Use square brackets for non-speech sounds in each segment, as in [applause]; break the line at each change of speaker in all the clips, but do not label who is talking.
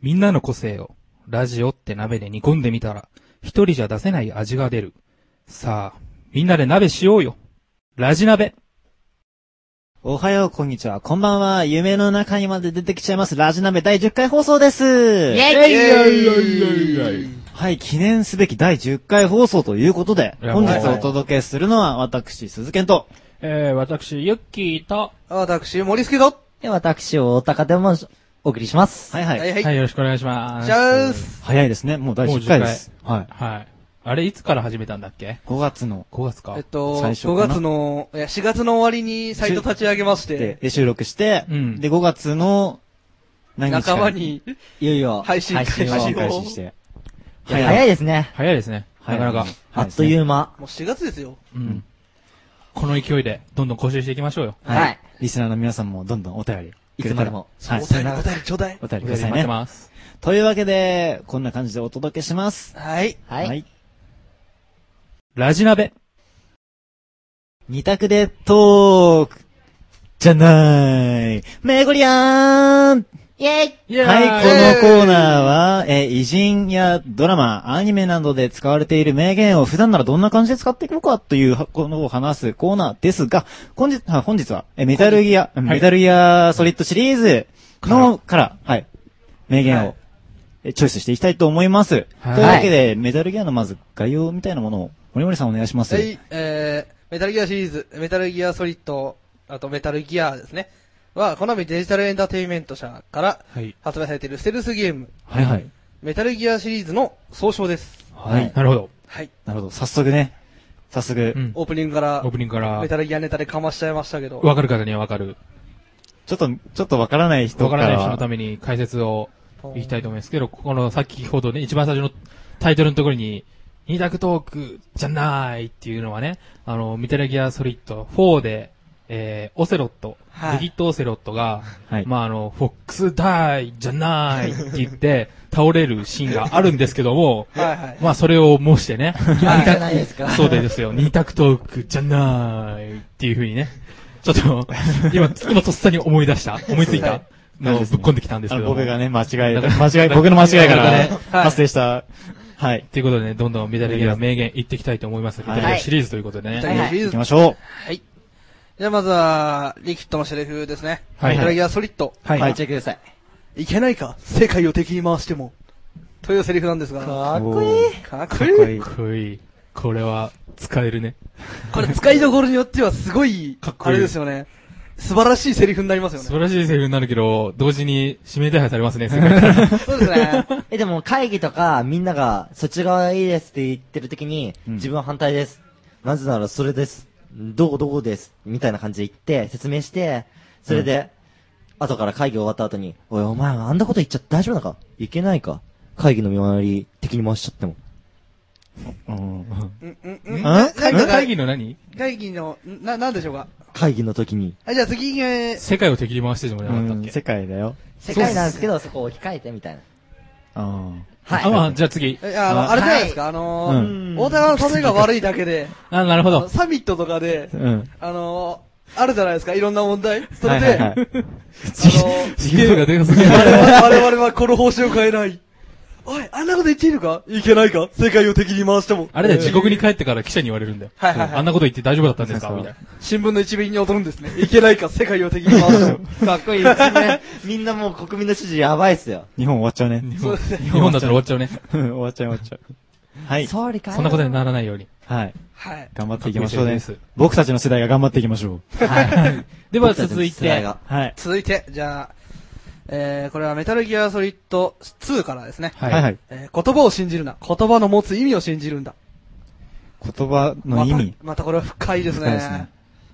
みんなの個性を、ラジオって鍋で煮込んでみたら、一人じゃ出せない味が出る。さあ、みんなで鍋しようよ。ラジ鍋。
おはよう、こんにちは、こんばんは。夢の中にまで出てきちゃいます。ラジナベ第10回放送です。
イェイ
いやいやいやいやいや
はい、記念すべき第10回放送ということで、
いや
本
はい
日
はい
お届けするのは私、鈴健と、
えー、私、ユッキーと、
私、森助と、
で、私、大高でもお送りします。
はいは
はい
い。
はい、
は
チ
い、よろしくお願いします。
ャース
早いですね、もう第
もう
10回です。はい。
はい。あれ、いつから始めたんだっけ
5月の、
?5 月か
えっ。と、
最初か
5
な
月の、いや、4月の終わりにサイト立ち上げまして
で、、収録して、
うん
で、5月の、何日か
半ば、に、
いよいよ、
配信
を
配
配
信
信
開始して。。
早い早いですね。
早いですね。なかなか。
あっというう間。
もう4月ですよ。
うん。この勢いで、どんどん更新していきましょうよ。
はい。
はい
リスナーの皆さんもどんどんお便り
い
くれ
つ
たら。
までも
はい
お。便り、お便りちょうだい
お。便り
お
く
便
だ
り
さい
待って
ね。
ます。
というわけで、こんな感じでお届けします。
はい。
はい。。
ラジ鍋。
二択でトークじゃないめぐりやーん
イェイ
イ
はい、このコーナーは、えー偉人やドラマ、アニメなどで使われている名言を普段ならどんな感じで使っていこうかということを話すコーナーですが、本日、あ本日は、えーメタルギア、メタルギアソリッドシリーズのから、はい、名言
は
を
い
えーチョイスしていきたいと思います。
はい
というわけで、メタルギアのまず概要みたいなものを、森森さんお願いします。
はい、えー、メタルギアシリーズ、メタルギアソリッド、あとメタルギアですね。は、コナミデジタルエンターテインメント社から
はい。
発売されているステルスゲーム、
はいはい。
メタルギアシリーズの総称です。
はい。
なるほど。
はい。
なるほど。早速ね。早速
う。ん。
オープニングから
オー、プニングから
メ、タルギアネタでかましちゃいましたけど。
わかる方にはわかる。
ちょっと、ちょっとわからない人
わ
か。
かららない人のために解説をいきたいと思いますけど、この先ほどね、一番最初のタイトルのところに、二択トークじゃないっていうのはね、あの、メタルギアソリッド4で、えー、オセロット、
は
デ
い
ギットオセロットが、
はい。
まあ、あの、フォックスダイじゃないって言って、倒れるシーンがあるんですけども、
はいはい。
まあ、それを模してね、
いいじゃないですか。
そうですよ。二択トークじゃないっていう風にね。ちょっと、今、今とっさに思い出した。思いついたのをぶっこんできたんです
あ
け
の
ど。
僕が
ね。
ね、間違え、
だから
間違え、僕の間違いから
だからね
発生した。はい。
ということでね、どんどんメタルギアの名言言っていきたいと思います。メ
はい
タルギアシリーズということで
メ
ね。
タルギアシリー
行
ズ
きましょ
はい。じゃあまずは、リキッドのセリフですね。
はい
メタルギアソリッド。
はい。
はい、チェックください。
いけないか世界を敵に回しても。というセリフなんですが。か
かっこ
お
いい。
っ
う。
こ
か
い
っこい
い。
い。
こいい。これは、使えるね。
これ使いどころによってはすごい、
かっこいい
あれですよね。素晴らしいセリフになりますよ
素
ね。
晴らしいセリフになるけど、同時に指名手配されますね、世界から
[laughs] そうですね。
え、でも会議とか、みんなが、そっち側がいいですって言ってる時に、
うん
自分は反対です。なぜならそれです。どうどうです。みたいな感じで言って、説明して、それで、後から会議終わった後に、おいお前あんなこと言っちゃって大丈夫なのかいけないか会議の見回り、敵に回しちゃっても。
うん。
うんうんうん。
ん
会議
会議の何
会議の、んな、なんでしょうか。
会議の時に。
はい、じゃあ次、えー、
世界を敵に回してじゃなかったっ
うん
け
世界だよ。
世界なんですけど、そこを置き換えてみたいな。
うん。
はい。
あ、まあ、じゃあ次。
えあの、あれじゃないですか、あのー、大高のためが悪いだけで、
あ、なるほ
あの
ど。
サミットとかで
う、ん。
あのー、あるじゃないですか、いろんな問題。それで、
はいはいはい
スケールがでかすぎる。
我々我々はこの方針を変えない。おい、あんなこと言っていいのかいけないか世界を敵に回しても。
あれだよ、地獄に帰ってから記者に言われるんだよ。
はいはいはい
あんなこと言って大丈夫だったんですか
そう
み
そう
たいな。
新聞の一面に踊るんですね。いけないか世界を敵に回しても。
[laughs] かっこいいですね。みんなもう国民の支持やばいっすよ。
日本終わっちゃうね。 [laughs]
そうですね。
日本だったら終わっちゃうね。
うん終わっちゃう終わっちゃう。はい。
総理か
そんなことにならないように。
はい。
はい。
頑張っていきましょう
か
ね
っこいいです。
僕たちの世代が頑張っていきましょう。
はい。
では続い
僕たちの世代
て、。
が
はい。
続いて、じゃあ、えー、これはメタルギアソリッド2からですね。
はいはいい。
えー言葉を信じるな。言葉の持つ意味を信じるんだ。
言葉の意味。
またまたこれは深いです
深
ね。
いですね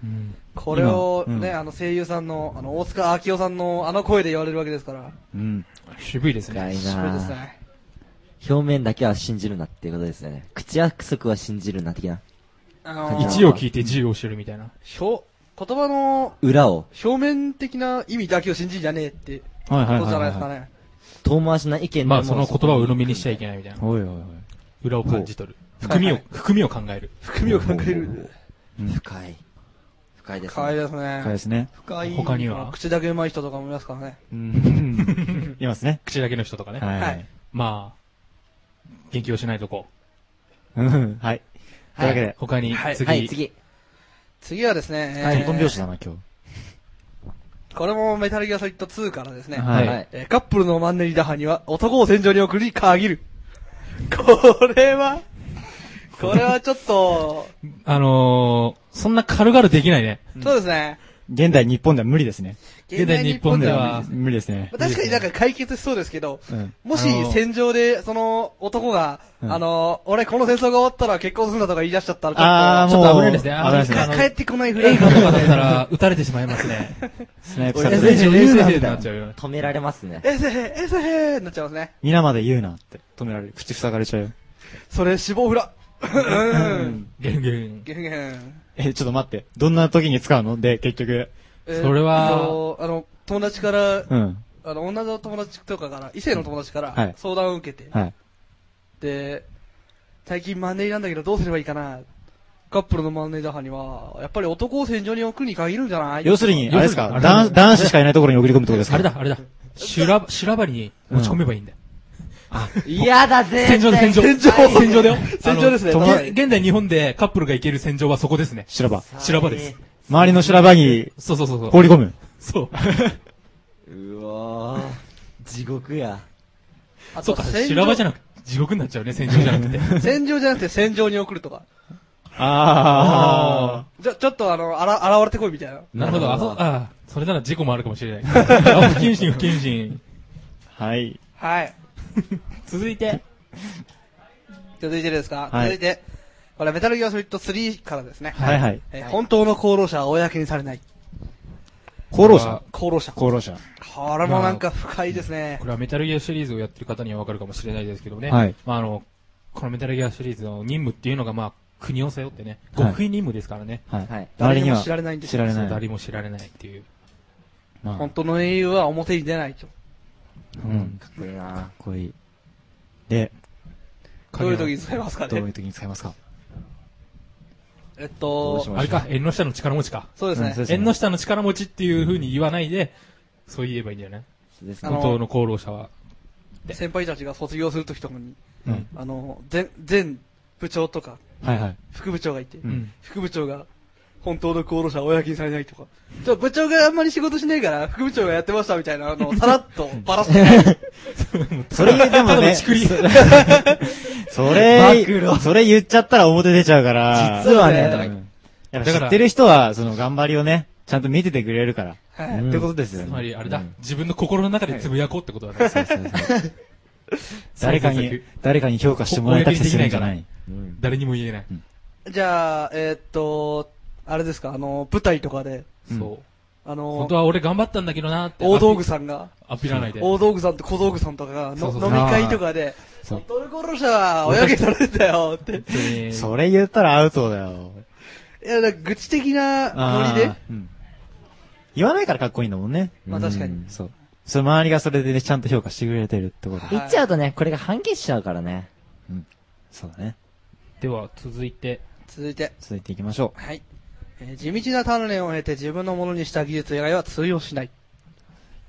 うん
これを
今うん
ね、あの声優さんの、あの、大塚明夫さんのあの声で言われるわけですから。
うん。
渋いです
深
ね。
い
そう
な
です
ぁ
ね。
表面だけは信じるなっていうことですよね。口約束は信じるな的な。
あのー、
1を聞いて10を知るみたいな。
表、言葉の
裏を
表面的な意味だけを信じんじゃねえって
はいはい
こと
は
じ
い
ゃない
は
ですか
い。
ね。
遠回しな意見でも
まあ、その言葉を鵜呑みにしちゃい
け
けないみたいな。
おいおいおい。
裏を感じ取る。含み
は
を
い、
含みを考える。
含みを考える。
ない。深い。深いです
深い
ね。
です
深いで
ね。
すね。
深い。
他には、
口だけ上手い人とかもいますからね。
[laughs] うん。いますね。
口だけの人とかね。
は
はいい。
まあ、言及をしないとこ。
うんはい。というわけで、
他に、
はい
次、
はい、次。
次はですね、えー
トントン拍子だな、今
これもメタルギアソリッド2からですね。
日。
はい
はい。
えーカップルのマンネリ打破には男を戦場に送り限る。これは、これはちょっと、
あのー、そんな軽々できないね。
そうですね。
現代日本では無理ですね。
現代日本では
現代日
無理ですね
本。では確かになんか解決しそうですけど、
うん。
も
あの
し戦場で、その男が、
うん
あの、俺この戦争が終わったら結婚するんだとか言い出しちゃったら、ちょっと
あー
ちょっと危ないですね。
もう
あの
危ないですね
あ
か
の
帰ってこないフレ
映
ー
画と
ズ
かだったら、撃たれてしまいますね。
スナイプ
俺
さ
エ
れ
ス
て
エ
全
ス
然
エ
言う
ス
な
エス
みたい
に
な
なっちゃうよね。
止められますね。
えせへ、えせへになっちゃいますね。
皆まで言うなって止められる。口塞がれちゃうよ。
それ、死亡フラ。うん。
ゲンゲン。
ゲンゲン。
え、ちょっと待って。どんな時に使うので、結局。
えー
それは
とあの、友達から、
うん。
あの、女の友達とかから、異性の友達か
は
ら
い
相談を受けて、
はい。
で、最近マンネリなんだけどどうすればいいかな。カップルのマンネリ打破には、やっぱり男を戦場に置くに限るんじゃない
要するに、あれで
要
す
す
か
るにあれ
男男子しかいないところに送り込むってことですか
あれだ、あれだ。修羅、修羅場に持ち込めばいいんだよ。
嫌だぜ
戦場で戦場。
戦場
戦場だよ。
戦場ですね
あの
友
げ現代日場でカップルが行ける戦場はそこですね。
修羅場。
修羅場です。
周りの修羅場に
そうそうそうそ
放
う。
り込む。
そう。
うわぁ。地獄や。
あ
そう
と
か、
戦
修羅場じゃ
な
なくて、地獄になっちゃうね、戦場じゃなくて。
くて。 [laughs] 戦場じゃなくて戦場に送るとか。
あ
じゃ、ちょっとあの、あら、現れてこいみたいな。
なるほど、
な
あ
るほ
そ
ど、
あそれなら事故もあるかもしれない。あ不謹慎、不謹慎。
あ。はい。
はい。
続いて、
続いてですか、
はい
続いて、これメタルギアソリッド3からですね。
はいはい。
えー本当の功労者は公にされない。
功労者
功労者。こ
功労者。
れもなんか深いですね
こ。れはメタルギアシリーズをやってる方にはわかるかもしれないですけどね。
はい
まあ、あの、このメタルギアシリーズの任務っていうのが、まあ、国を背負ってね、
はい
極秘任務ですからね。
はい。
はい。
周りに
も
は
知られないんです
知られ
そう
ない。
誰も知られないっていう。
まあ
本当の英雄は表に出ないと。
うん。
かっこいいな
かっこいい。で、
どういう時に使いますか
どうい
ね
う。時に使いますか
えっ
どう
と
し、ま
あれ
しょう。
か、縁の下の力持ちか。
そうです
うんそ
ね
う。ですね
縁の下の力持ちっていう風に言わないで、そう言えばいいんじゃない
です
あ
ね
の
本当の功労者は。
先輩たちが卒業するときとかに、
うん。
あの、前、前部長とか、
はい
[laughs]
はい。
副部長がいて、
うん
うん。
副部長が、本当の功労者は公にされないとか。ちょ、部長があんまり仕事しないから、副部長がやってましたみたいな、
[laughs]
あの、さらっとバラして。
それでも
ただ
ね
の、ちくり。
それ、それ言っちゃったら表出ちゃうから。
実はね、
そう
と
だ
か
ね
う
言って
んやっぱ知ってる人は、その頑張りをね、ちゃんと見ててくれるから。
はい
ってことですよ
つ
ね。
まり、あれだ
うん。
自分の心の中でつぶやこうってことだね。
そうそうそう誰か
そうそう
に、誰かに評価してもらいたくてするんじゃない。
うん
誰にも言えない。
じゃあ、えーっと、あれですか、あの、舞台とかで、
うん
そう。
あ
本
の
当、は俺頑張ったんだけどなって。
大道具さんが、
アピらないで。
大道具さんと小道具さんとかが、の
そうそう
飲み会とかで、
そう
トルコロシャは親毛されてたよって。
で
それ言ったらアウトだよ。
いや、だから愚痴的なノリで
あ、ーうん言わないからかっこいいんだもんね。
まあ確かに
うん
そう。その周りがそれでね、ちゃんと評価してくれてるってこと。
はい
言っちゃうとね、これが半減しちゃうからね。
そうだね。
では、続いて、
続いて、
続いていきましょ
はい。えー地道な鍛錬を経て自分のものにした技術以外は通用しない。
う。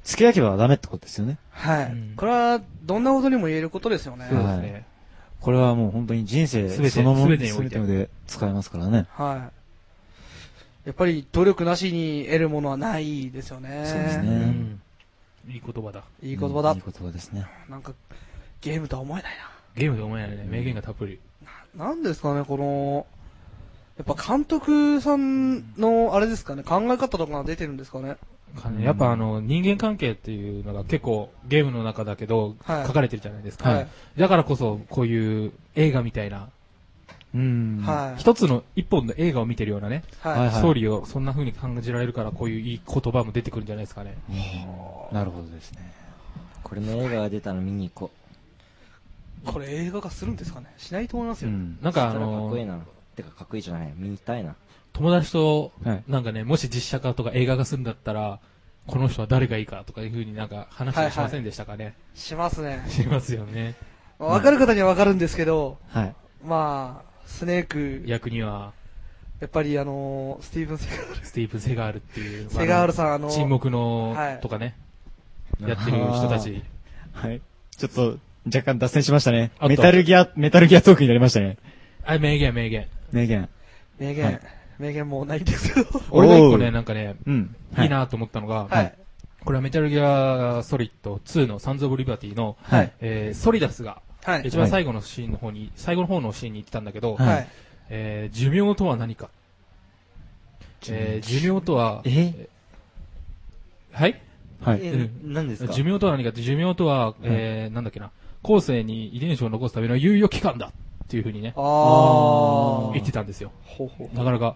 付け焼けばダメってことですよね。
はい。
うん
これは、どんなことにも言えることですよね。
そう
は
で
い。
すね。
これはもう本当に人生
全て
そのもの
全てにおいて
全で使えますからね。
やっぱり、努力なしに得るものはないですよね。
そうです
う
ね
ん。いい言葉だ。
いい言葉だ。
いい言葉ですね。
なんか、ゲームとは思えない
ゲームで思えないね。名言がたっぷり。
な。なんですかね、この、やっぱ監督さんの、あれですかね、考え方とかが出てるんですかね。
かねやっぱあの、人間関係っていうのが結構ゲームの中だけど、
はい
書かれてるじゃないですか。
はい
だからこそ、こういう映画みたいな、
うん。
はい。
一つの一本の映画を見てるようなね、
はい。
いはい
ストーリーをそんな風に感じられるから、こういういい言葉も出てくるんじゃないですかね。
なるほどですね。
これの映画が出たら見に行こ
これ映画化するんですかねしないと思います
う
よ。
ん。
なん
う。
かあ
そしたらかっこいい
の、
な。てか、かっこいいじゃない。見に行きたいな。
友達と、
はい。
なんかね、もし実写化とか映画化するんだったら、この人は誰がいいかとかいう風になんか話をしませんでしたかね。
しますね。
しますよね。
まあわかる方にはわかるんですけど、
はい。
まあ、スネーク、
役には、
やっぱりあのースティーブン・セガール。
スティーブン・セガールっていう。
セガールさん、あのー
沈黙の
はい、
とかね、やってる人たち。
はい。ちょっと、若干脱線しましたね
あ。と
メタルギア、メタルギアトークになりましたね。
あ、名言、名言。
名言。
名
は
言
い、
名言もうないんですけど。
俺が一個ね、
おう
なんかね、
うん。
いい。なと思ったのが、
はい。
これはメタルギアソリッド2のサンズ・オブ・リバティの、
はい。
えーソリダスが、
はい。
一番最後のシーンの方に、最後の方のシーンに行ってたんだけど、
はい
はい。
えー寿命とは何か。えー寿命とは、
え
はい
はい。
え、何ですか
寿命とは何かって、寿命とは、えーなんだっけな、後世に遺伝子を残すための猶予期間だっていうふうにね
あ、ー。
言ってたんですよ。
ほうほう。
なかなか、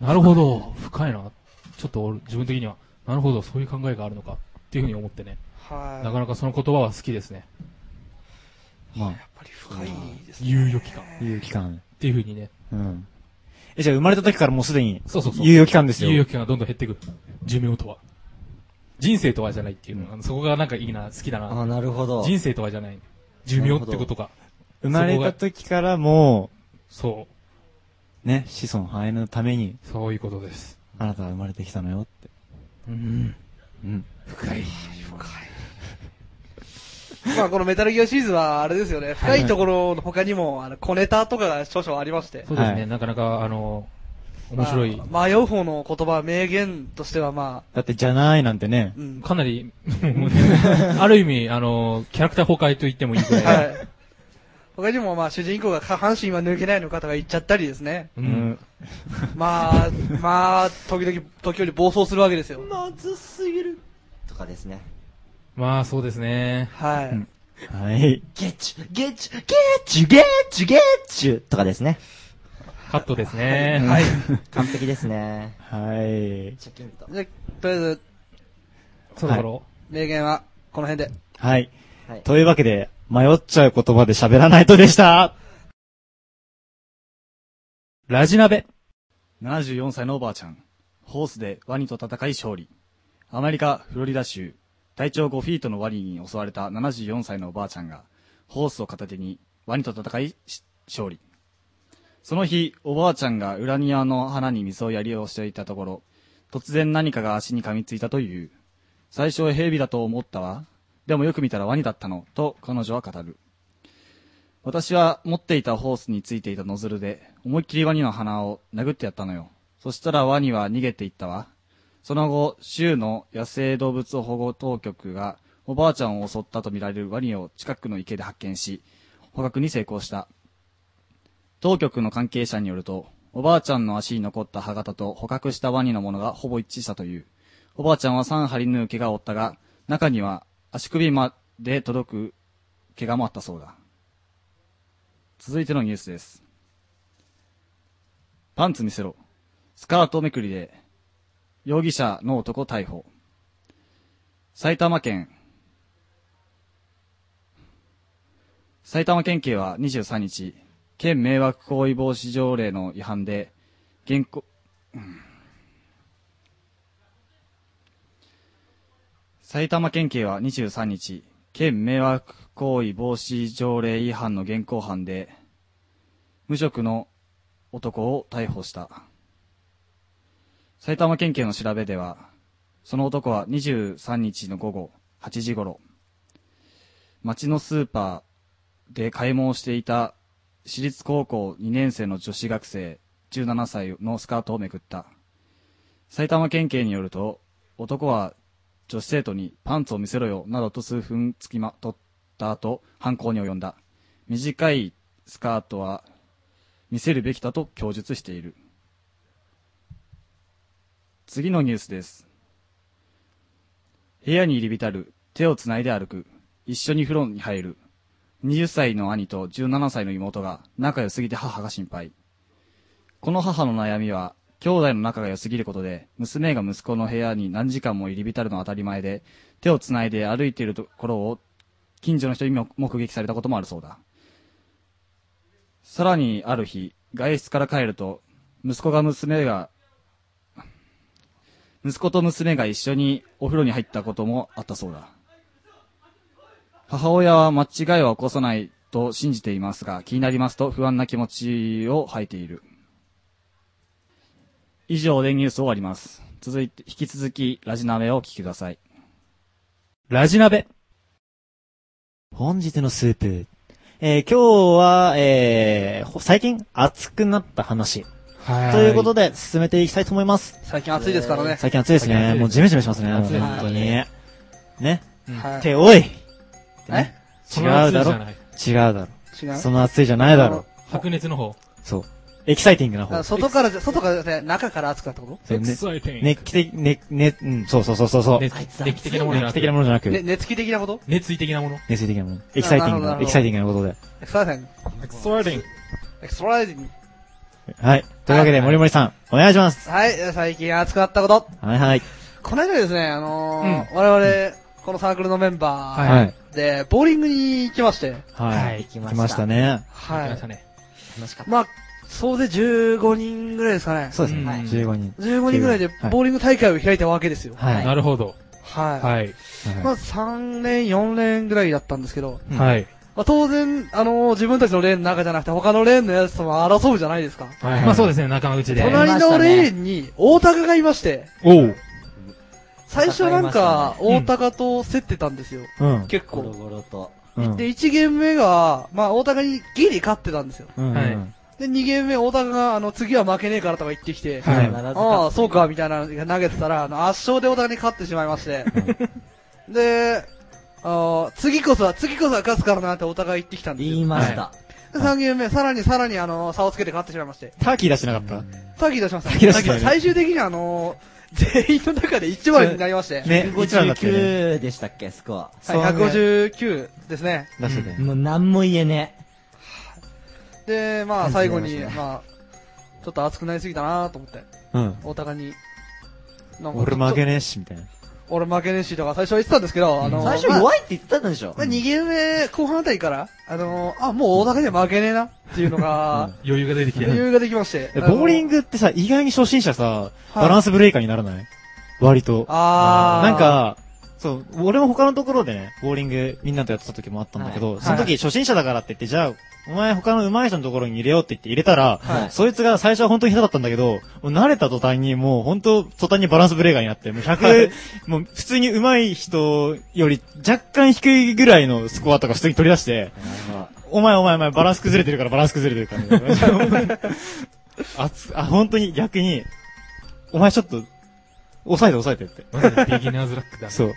なるほど、深いな。ちょっと俺自分的には、なるほど、そういう考えがあるのかっていうふうに思ってね、
はい。
なかなかその言葉は好きですね。
まあ
やっぱり深いですね。
猶予期間っ
猶予期間。
ていうふうにね、
うん。え、じゃあ生まれた時からもうすでに、
そうそうそう
猶予期間ですよ。
猶予期間がどんどん減ってくる。寿命とは。人生とはじゃないっていうのが、そこがなんかいいな、好きだ
あ
な。
ー、なるほど。
人生とはじゃない。寿命ってことか。
生まれた時からも、
そう
ね、子孫繁栄のために、
う。そういうことです。
あなたは生まれてきたのよって。
うん。
うん。
深い。
まあこのメタルギアシリーズはあれですよね。深いところの他にも、あの、小ネタとかが少々ありまして。
そうです
は
ね、
い
なかなか、あの、面白い。
まあ迷う方の言葉、名言としてはま
だって、じゃないなんてね
あ、、うん。
かなり、 [laughs] もうねある意味、あの、キャラクター崩壊と言ってもいいぐらい。
はい。他にもまあ主人公が下半身は抜けないのかとか言っちゃったりですね。
う。。
うん
まあ、まあ、時々、時より暴走するわけですよ。
まずすぎる。とかですね。
まあ、そうですね。
はい。
うんはい。。
ゲッチュ、ゲッチュ、ゲッチュ、ゲッチュ、ゲッチュとかですね。
カットですね。
はい。
完璧ですね
はい。
チャキンと。
じゃあとりあえず、
そろそろ。
名言はこの辺で。
はい。
はい。
というわけで、迷っちゃう言葉で喋らないとでした。
ラジ鍋。
74歳のおばあちゃん。ホースでワニと戦い勝利。アメリカ・フロリダ州。体長5フィートのワニに襲われた74歳のおばあちゃんが、ホースを片手にワニと戦いし勝利。その日、おばあちゃんが裏庭の花に水をやりをしていたところ、突然何かが足に噛みついたという。最初は蛇だと思ったわ。でもよく見たらワニだったの、と彼女は語る。私は持っていたホースについていたノズルで、思いっきりワニの鼻を殴ってやったのよ。そしたらワニは逃げていったわ。その後、州の野生動物保護当局が、おばあちゃんを襲ったとみられるワニを近くの池で発見し、捕獲に成功した。当局の関係者によると、おばあちゃんの足に残った歯型と捕獲したワニのものがほぼ一致したという。おばあちゃんは3針縫う怪我を負ったが、中には足首まで届く怪我もあったそうだ。続いてのニュースです。パンツ見せろ。スカートめくりで、容疑者の男逮捕。埼玉県、埼玉県警は23日、県迷惑行為防止条例の違反で、現行、うん埼玉県警は23日、県迷惑行為防止条例違反の現行犯で、無職の男を逮捕した。埼玉県警の調べでは、その男は23日の午後8時頃、町のスーパーで買い物をしていた私立高校2年生の女子学生17歳のスカートをめくった。埼玉県警によると、男は女子生徒にパンツを見せろよなどと数分つきまとった後、犯行に及んだ。短いスカートは見せるべきだと供述している。次のニュースです。部屋に入り浸る、手をつないで歩く、一緒に風呂に入る。20歳の兄と17歳の妹が仲良すぎて母が心配。この母の悩みは、兄弟の仲が良すぎることで、娘が息子の部屋に何時間も入り浸るのは当たり前で、手をつないで歩いているところを、近所の人にも目撃されたこともあるそうだ。さらにある日、外出から帰ると、息子が娘が、息子と娘が一緒にお風呂に入ったこともあったそうだ。母親は間違いは起こさないと信じていますが、気になりますと不安な気持ちを吐いている。以上でニュースを終わります。続いて、引き続き、ラジナメをお聞きください。
ラジ鍋。
本日のスープ。えー今日は、えーほ最近熱くなった話。
は
ということで、進めていきたいと思います。
最近暑いですからね。
最近暑いです
最近暑い
ね。
です
もうジメジメしますね。
暑
本
いです
当に。ね。
はい。
って、おいってね違
違
う
うだ
だろ
ろ。
違うだろ。
違う。
その暑いじゃないだろ。
白熱の方。
そう。エキサイティングな方
あ。外からじゃ、外からじゃね、中から暑くなったこ
そうね
サイティング
熱気的、ね、ね、うん、そうそうそうそうそう。
熱熱気的なものじゃな
熱気
く
的なものじゃな
とね、
く、
熱気的なこと
熱意的なもの。
熱気的なもの。エキサイティング
なるほどなるほ
な、
ど
エキサイティングなことで。
エクサイティング。
エクサイティング。
エクサイティング。
はい。というわけで、森森さん、お願いします。
はい、最近暑くなったこと。
はいはい。
この間ですね、あのー、我々、このサークルのメン
は
バ
い
はい。
ーで、ボーリングに行きまして、
は。
はいい
来ましたね。
来
は
ました
い。
ね。
楽しかっ
まあ、総勢15人ぐらいですかね。
そうですね。
うん
15人。
15人ぐらいでボーリング大会を開いたわけですよ。
はい。
なるほど。
は
はい。
い。まあ、3連、4連ぐらいだったんですけど、
うん
はい。
まあ、当然、あのー自分たちのレーンの中じゃなくて、他のレーンのやつとも争うじゃないですか。
まあそうですね、仲間内で。
隣のレーンに大高がいまして、
おう。
最初なん
戦い
か
ましたねう
大
ん
高と競ってたんですよ。
うん。
結
た。ゴロ
構。
ゴロと。
うん
で、1ゲーム目が、まあ大高にギリ勝ってたんですよ。
うん
はい
うん
で、2ゲーム目大高が、あの、次は負けねえからとか言ってきて、
はい
必ず勝つ
ああ、そう。か、みたいなの投げてたら、あの圧勝で大高に勝ってしまいまして。で、あの次こそは、次こそは勝つからなって大高言ってきたんです
言
よ。
いました。
で、3ゲーム目、さらにさらにあの、差をつけて勝ってしまいまして。
ターキー出してなかっ
ターキー出しました。
ターキー出しましたね
最終的にあの、全員の中で1割になりま
[laughs]
して
た。。ね、一番だってね。
159でしたっけ、スコア。
はい、159ですね。
出してたよね
もう何も言えね
で、まあ最後に、
ありがとうございました
まあ、ちょっと熱くなりすぎたなと思って、
うん。
大高に。なんか
俺負
ちょ
けねえし、みたいな。
俺負けねえしとか最初は言ってたんですけど、あ
え。
の、
最初弱いって言ってたんでしょ
まあ、2ゲーム目後半あたりから、あの、あ、もう大高には負けねえなっていうの
[laughs]
が、
余裕が出てきて
余
る。
裕ができまして。
えボーリン
グ
グってさ、意外に初心者さ、
はい
バランスブレーカーにならない割と。
あー。
なん、か、そう、俺も他のところでね、ボーリングみんなとやってた時もあったんだけど、その時初心者だからって言って、じゃあ、お前他の上手い人のところに入れようって言って入れたら、
はい
そいつが最初は本当に下手だったんだけど、もう慣れた途端にもう本当、途端にバランスブレーカーになって、もう100、もう普通に上手い人より若干低いぐらいのスコアとか普通に取り出して、お前お前お前バランス崩れてるからバランス崩れてる
[laughs]
から。あつ、あ、本当に逆に、お前ちょっと、抑えて抑えてって。
ビギナーズラックだ。
そう。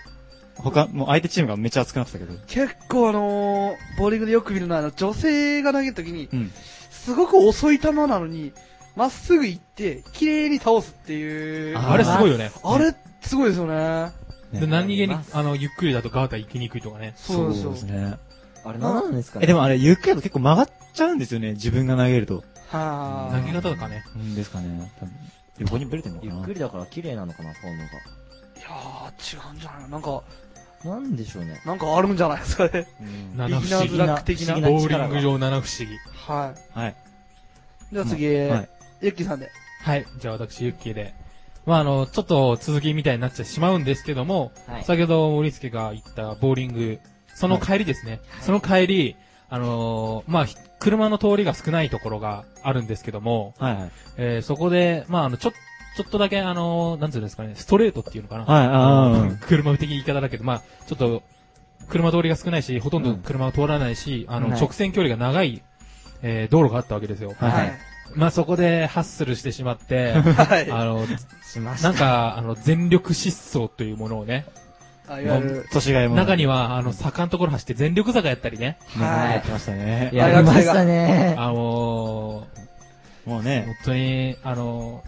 他、もう相手チームがめっちゃ熱くなってたけど。
結構あのー、ボーリングでよく見るのは、あの、女性が投げるときに、
うん
すごく遅い球なのに、まっすぐ行って、綺麗に倒すっていう。
あ
あれすごいよね。
あれ、すごいですよね。
で何気に、あの、ゆっくりだとガータ行きにくいとかね。
そうですよ。
ね。
あれ何なんですかね
え、でもあれ、ゆっくりだと結構曲がっちゃうんですよね、自分が投げると。
は
投げ方とかね。
うんですかね。多分横にぶれてんのか
ゆっ
な
くりだから綺麗なのかな、フォーム
いやー、違うんじゃないなんか、
が。なんでしょうね。
なんかあるんじゃないですかね。ビギ
七
ナ
不思
ーズ
議。
ラック的
不
な
思議。
ボーリング場七不思議。
は
はい。
い。では次、
はい
ゆっきーさんで。
はい。じゃあ私、ユッキーで。まあ、あの、ちょっと続きみたいになっちゃってしまうんですけども、
はい
先ほど森助が言ったボーリング、その帰りですね。その帰り、あのーまあ、ひ車の通りが少ないところがあるんですけども、
はいはい。
えーそこで、まあ、あの、ちょ、ちょっとだけ、あのーなんていうんですかね、ストレートっていうのかな。
はい、あーうん
車的言い方だけど、まあ、ちょっと、車通りが少ないし、ほとんど車を通らないし、あの、
はい
直線距離が長い、えー道路があったわけですよ。
はいはい。
まあ、そこでハッスルしてしま
[laughs]
って、
はい。
あの、
しました
なん。か、あの、全力疾走というものをね、
あいわゆる、
年がいも。
中に
は。
は、あの、坂のところ走って全力坂やったりね、
は
や
い
って。ましたね。
や
やりましたね。
あのー
もう
本
ね、
当に、あの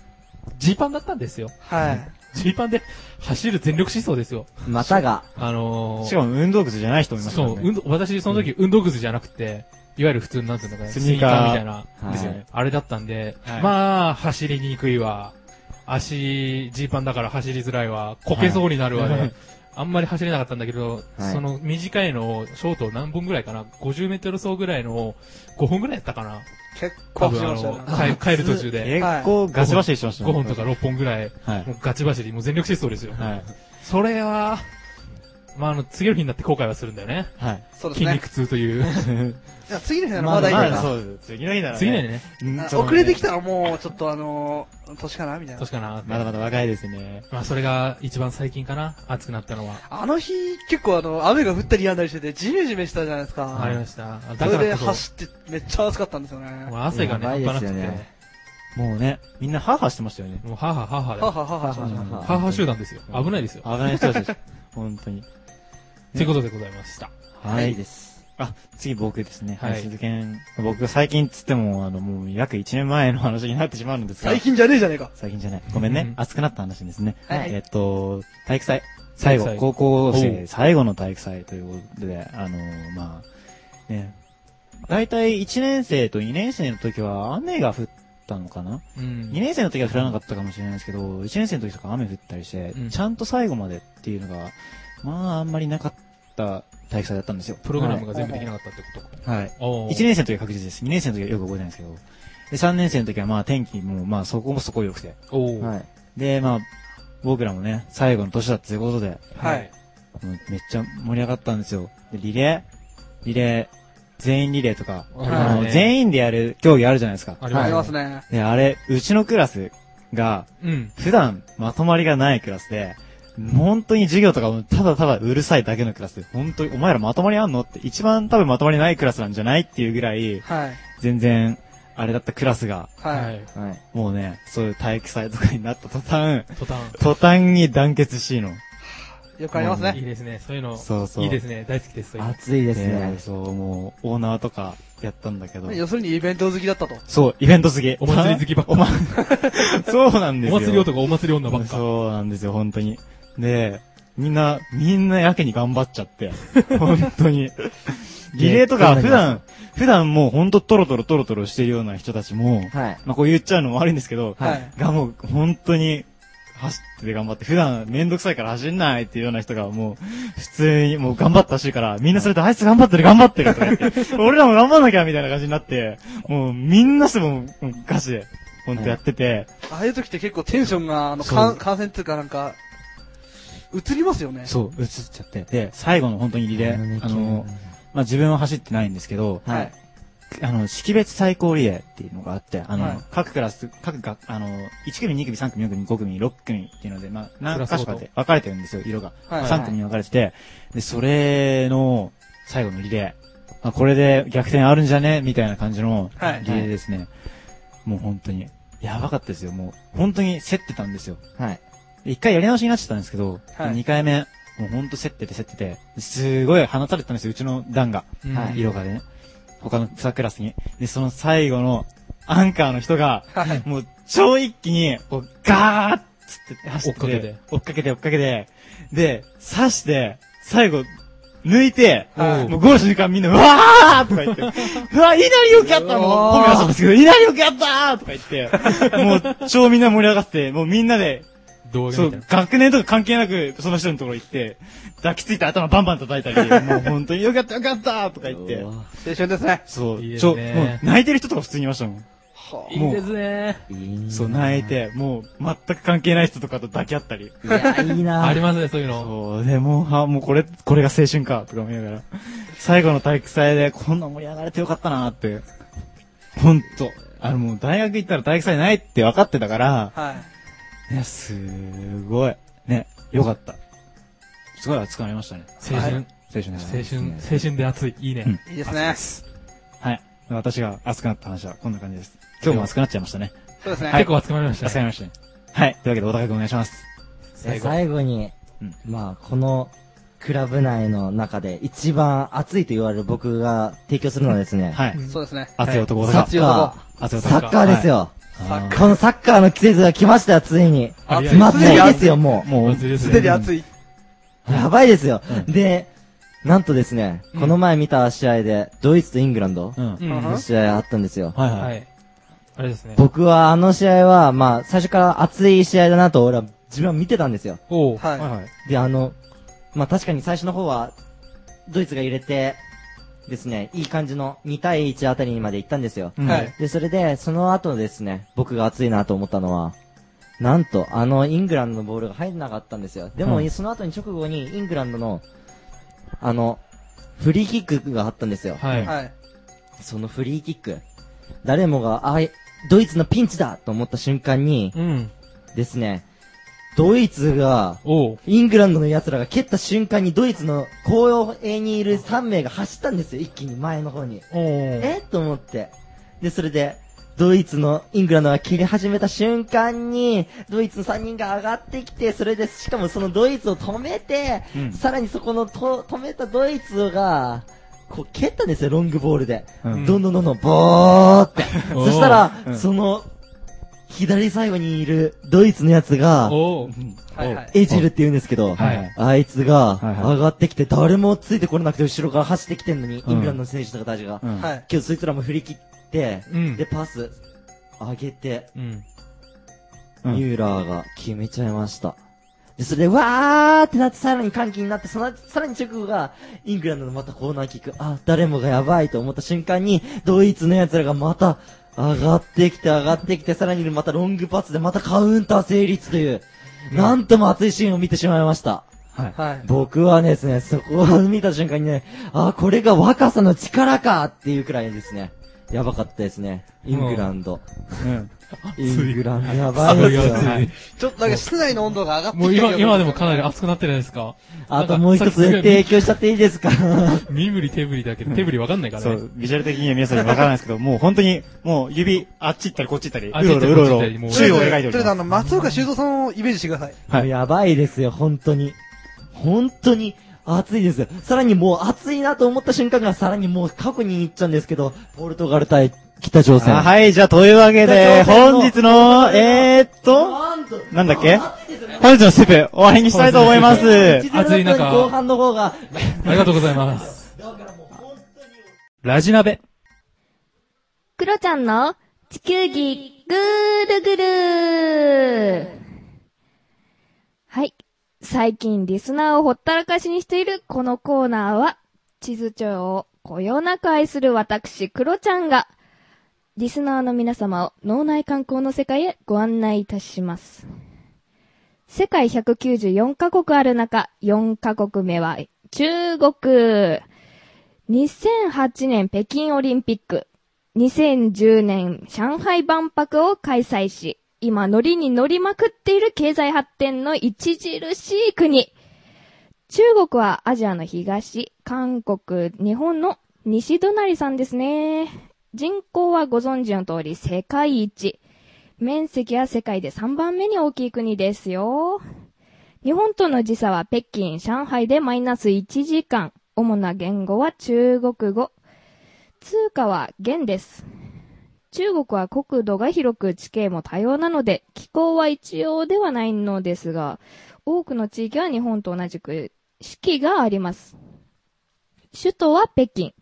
ージーパンだったんですよ。
はい。
ジーパンで走る全力疾走ですよ。
またが。
あのー
しかも運動靴じゃない人もいますから
そう、
ね。
運動、私その時運動靴じゃなくて、いわゆる普通のなんていうのかな、
スニーカー
みたいな、
はい
ですよね。
あれだったんで、
はい
まあ、走りにくいわ。足、ジーパンだから走りづらいわ。こけそうになるわで、
はい
[laughs] あんまり走れなかったんだけど、
はい
その短いのを、ショート何本ぐらいかな ?50 メートル走ぐらいのを5本ぐらいやったかな
結
多
構し
分あ
ました
の
よ、ね。
帰帰る途中で。
結構ガチ走りしてました
5本とか。6本ぐらい、
はい
も。うガチ走り、もう全力疾走ですよ。
はい。
それは、まあ、あの、次の日になって後悔はするんだよね。
はい。
そうです
筋
ね
肉。痛という。
じゃあ次の日なら
ま
ま
あ
だいいの
まあ
か。
そうです。次の日ならね。
次の日ね。
うん
あ
そう
遅れてきたらもう、ちょっとあのー、年かなみたいな。
確かな。
まだまだ若いですね。
まあ、それが一番最近かな。暑くなったのは。
あの日、結構あの、雨が降ったりやんだりしてて、ジメジメしたじゃないですか。
ありました。
そ
だ
れ
か
で
らこそ、
走って、めっちゃ暑かったんですよね。
もう汗がね、
やばい
半端
です
な
よ
く
ね
て。
もうね、みんなハーハーしてましたよね。
もう、はははは
はは
だ。
ははは。
は
はは集団ですよ。危ないですよ。
危ない人たちです。本当に。
ということでございました。
は
はいい。
です。
あ、次僕ですね。は
はい
い。鈴剣。僕が最近っつっても、あの、もう約1年前の話になってしまうんですが。
最近じゃねえじゃねえか。
最近じゃない。ごめ
う
ん
ん
ね。熱くなった話ですね。
はい
えっと、体育祭。
体
最後、
育祭
高校
おう
生最後の体育祭ということで、あのー、まあ、ね。大体1年生と2年生の時は雨が降ったのかな
う
?2
ん。
年生の時は降らなかったかもしれないですけど、1年生の時とか雨降ったりして
うん、
ちゃんと最後までっていうのが、まあ、あんまりなかった体育祭だったんですよ。
プログラムが
が。
全部できなかったってこと
はい。
か。おー
1年生の時は確実です。2年生の時はよく覚えてないんですけど。で、3年生の時はまあ天気もまあそこもそこ良くて。
おー
はい。
で、まあ、僕らもね、最後の年だっていうことで、
はい。
もうめっちゃ盛り上がったんですよ。で、リレーリレー、全員リレーとか、
はい
あ
は
の、
い
全員でやる競技あるじゃないですか。
あり
あり
ま
ますす
ね。
ね。
で、あれ、うちのクラスが、
うん。
普段まとまりがないクラスで、本当に授業とかもただただうるさいだけのクラスで、本当にお前らまとまりあんのって一番多分まとまりないクラスなんじゃないっていうぐらい、
はい。
全然、あれだったクラスが、
は。
はいい。
はい。
もうね、そういう体育祭とかになった途端、
途端。
途端に団結しいの。
よくありますね
い。いですね。そういうの、
そうそう。
いいですね。大好きです。そういうの
暑いです
ね
ね。
そう、もう、オーナーとかやったんだけど。
要するにイベント好きだったと。
そう、イベント好き。
お祭り好きばっか
[laughs] おま、そうなんですよ。
お祭り男、お祭り女ばっか。
そうなんですよ、本当に。で、みんな、みんなやけに頑張っちゃって。 [laughs] 本当に。リレーとか
ね
普段、普段もう本当トロトロトロトロしてるような人たちも、
はい。
まあこう言っちゃうのも悪いんですけど、
はい。
がもう本当に走って頑張って、普段めんどくさいから走んないっていうような人がもう普通にもう頑張って走るから、みんなそれであいつ頑張ってる頑張ってるとか言って、
[laughs]
俺らも頑張んなきゃみたいな感じになって、もうみんなしてもうガチで、本当やってて、
ああいう時って結構テンションが、あの、
そう
感感染っていうかなんか、移りますよね。
そう、映っちゃって。で、最後の本当にリレー、あの、まあ、自分は走ってないんですけど、
はい。
あの、識別最高リレーっていうのがあって、あの、
はい
各クラス、各が、あの、1組、2組、3組、4組、5組、6組っていうので、まあ、
クラ
何
スごと
箇所かって分かれてるんですよ、色が。
はい。
3組に分かれてて、で、それの最後のリレー。あ、これで逆転あるんじゃねみたいな感じの
はい
リレーですね。もう本当に。やばかったですよ、もう。本当に競ってたんですよ。
はい。
で一回やり直しになっちゃったんですけど、
はい
2回目、もうほんと競ってて競ってて、すごい放たれてたんですよ、うちの段が。
うん
はい
色がね。他のサクラスに。で、その最後のアンカーの人が、
はい。
もう超一気に、こう、ガーッつって走っ
追っ
てて
かけて。
追っかけて、追っかけて。で、刺して、最後、抜いて、
はい
もうゴールするからみんな、うわーとか言って、うわ、稲荷よくやったもう褒められたんですけど、稲荷よくやったーとか言って、もう超みんな盛り上がって、もうみんなで、
動画
そ
みたいうな、。
学年とか関係なく、その人のところ行って、抱きついて頭バンバン叩い
[laughs]
たり、もう本当によかったよかったとか言って
う、わ
青春ですね。
そう、
いいで
ち
す
ょ、
ね
もう泣いてる人とか普通にいましたもん。
は
もう
すね。
いいな
そう、泣い。て、もう全く関係ない人とかと抱き合ったり。
いや、いいな
ありますね、そういうの。
そう、でもう、あ、もうこれ、これが青春か、とか思いながら。最後の体育祭で、こんな盛り上がれてよかったなって。ほんと。あのもう大学行ったら体育祭ないって分かってたから、
あはい。
いや、すごい。ね、よかった。すごい熱くなりましたね。
青春、
青春でしたね
青春、青春で熱い。いいね。
うん
いいですね。
はい。私が熱くなった話はこんな感じです。今日も熱くなっちゃいましたね。
そうです
結
ね。
構集まりまし
熱
た
くな
ね。
りましたね。はい。というわけで、お高くお願いします。
最後。
最後に
うん、
まあ、この、クラブ内の中で一番熱いと言われる僕が提供するのはですね、
はい。
そうですね。
熱い男
サッカ
大熱い
ー。
男
サッカーですよ。
サッカ
このサッカーの季節が来ましたよ、ついに。
あ
ー。
い
まあ、つ
す
い
でに
で
熱
す
い。
よ、も
もう、
祭りです
すでに
ね。
熱い。
う。やばいですよ。
う
で、なんとですね、
うん
この前見た試合で、ドイツとイングランド
うん。はい
うん
うん
の試合あったんですよ。
は。
はいい。あれですね。
僕はあの試合は、まあ、最初から熱い試合だなと俺は自分は見てたんですよ。
おう。
はい。
はい。
で、あの、まあ確かに最初の方は、ドイツが入れて、ですね、いい感じの2対1あたりにまで行ったんですよ。
うん
はい。
で、それで、その後ですね、僕が熱いなと思ったのは、なんと、あの、イングランドのボールが入んなかったんですよ。でも、
うん
その後に直後に、イングランドの、あの、フリーキックがあったんですよ。
はい。はい。
はい。
そのフリーキック。誰もが、あ、ドイツのピンチだと思った瞬間に、
うん。
ですね、ドイツが、
おう。
イングランドの奴らが蹴った瞬間にドイツの後衛にいる3名が走ったんですよ、一気に前の方に。
おう。
えと思って。で、それで、ドイツの、イングランドが蹴り始めた瞬間に、ドイツの3人が上がってきて、それで、しかもそのドイツを止めて、
うん
さらにそこのと止めたドイツが、こう蹴ったんですよ、ロングボールで。
うん
どんどんどんどん、ボー
[laughs]
って。
おう
そしたら、
うん
その、左最後にいるドイツのやつが、
おう。
はいはい。
エジルって言うんですけど、
はい
あいつが
はいはい
上がってきて、誰もついてこれなくて後ろから走ってきてんのに、
うん
イングランドの選手とかたちが。
うん
はい。
今日そいつらも振り切って、
うん
で、。パス上げて、
うん。
うん
ミューラーが決めちゃいました。で、それで、わーってなって、さらに歓喜になって、その、さらに直後が、イングランドのまたコーナーキック、あ、誰もがやばいと思った瞬間に、ドイツの奴らがまた、上がってきて、上がってきて、さらにまたロングパスで、またカウンター成立という、なんとも熱いシーンを見てしまいました。
はい。
僕はですね、そこを見た瞬間にね、あー、これが若さの力かっていうくらいですね、やばかったですね。イングランド。
うん
イングランドやばい
熱
です
い
よ。
熱い。
ちょっとなんか室内の温度が上がってき
もう
てるよ
今、今でもかなり熱くなってないですか
あともう一つ提供しちゃっていいですか
身振り手振りだけど、手振りわかんないから
そ
ね。
う、ビジュアル的には皆さんにわからないですけど、もう本当に、もう指、あっち行ったりこっち行ったり、う
あっち行っ
ろう
た
ろ
り
う
こっち
ろ
行ったりも
うろ
う、
宙を描いて
と
お
りあえ
り
ずあ
ます。
の、松岡修造さんをイメージしてください。
はい
もうやばいですよ、本当に。本当に暑いですよ。さらにもう暑いなと思った瞬間がさらにもう過去に行っちゃうんですけど、ポルトガル対北朝鮮。
あはい、じゃあというわけで、
北朝鮮の
本日の、えーっと、
なんと
なんだっけ
暑いですよね
本日のステップ、終わりにしたいと思いま
そう
す。
暑い中
後半の方が、
ありがとうございます。ラジナベ。
クロちゃんの地球儀ぐーるぐるーはい。最近リスナーをほったらかしにしているこのコーナーは、地図帳をこよなく愛する私、クロちゃんが、リスナーの皆様を脳内観光の世界へご案内いたします。世界194カ国ある中、4カ国目は中国。2008年北京オリンピック。2010年上海万博を開催し、今乗りに乗りまくっている経済発展の著しい国。中国はアジアの東、韓国、日本の西隣さんですね。人口はご存知の通り世界一。面積は世界で3番目に大きい国ですよ。日本との時差は北京、上海でマイナス1時間。主な言語は中国語。通貨は元です。中国は国土が広く地形も多様なので、気候は一様ではないのですが、多くの地域は日本と同じく四季があります。首都は北京。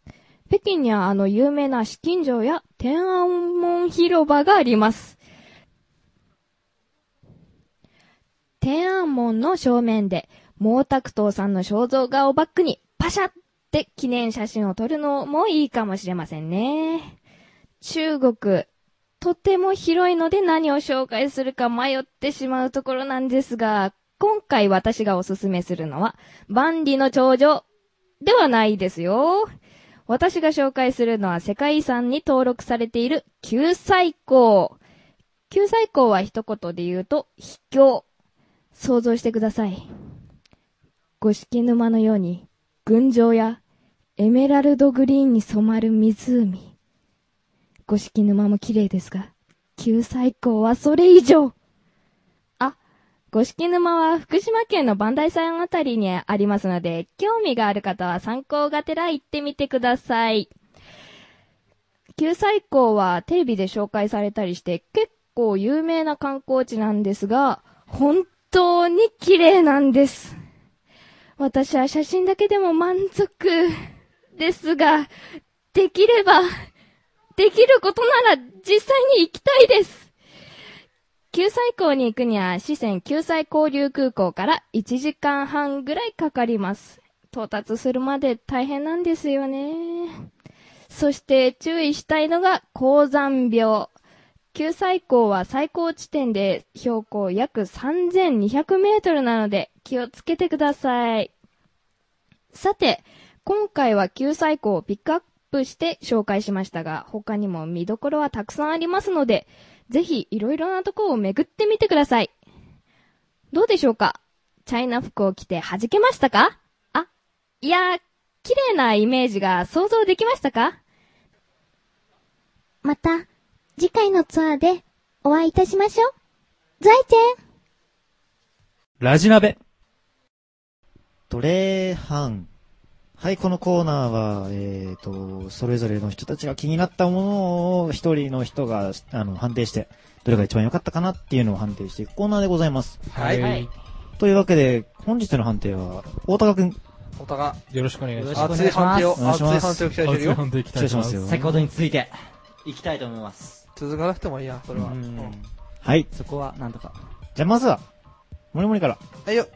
北京にはあの有名な紫禁城や天安門広場があります。天安門の正面で、毛沢東さんの肖像画をバックに、パシャッって記念写真を撮るのもいいかもしれませんね。中国、とても広いので何を紹介するか迷ってしまうところなんですが、今回私がおすすめするのは、万里の長城ではないですよ。私が紹介するのは世界遺産に登録されている九寨溝。九寨溝は一言で言うと、秘境。想像してください。五色沼のように、群青やエメラルドグリーンに染まる湖。五色沼も綺麗ですが、旧最高はそれ以上あ、五色沼は福島県の磐梯山あたりにありますので、興味がある方は参考がてら行ってみてください。旧最高はテレビで紹介されたりして結構有名な観光地なんですが、本当に綺麗なんです。私は写真だけでも満足ですが、できれば、できることなら実際に行きたいです。九寨港に行くには四川九寨交流空港から1時間半ぐらいかかります。到達するまで大変なんですよね。そして注意したいのが高山病。旧最高は最高地点で標高約3200メートルなので気をつけてください。さて、今回は救済校をピックアップして紹介しましたが、他にも見どころはたくさんありますので、ぜひいろいろなところを巡ってみてください。どうでしょうかチャイナ服を着て弾けましたかあ、いや、綺麗なイメージが想像できましたか
また、次回のツアーでお会いいたしましょう。ザイチェン
ラジ鍋。
トレハン。はい、このコーナーは、えっ、と、それぞれの人たちが気になったものを、一人の人が、あの、判定して、どれが一番良かったかなっていうのを判定していくコーナーでございます。
はい
はい。
というわけで、本日の判定は、大高くん、
お互い。
よろしくお願いします。
熱い判定を、
お願いしま
熱
す
い判定を期待してるよ。
判定期
期待
待
し
し
ま
ますす
よ。。
先ほどについて、行きたいと思います。
続かなくてもいいや、それは。
う
うん
ん。
はい。
そこは、なんとか。
じゃあまずは、もりもりから。
はいよ。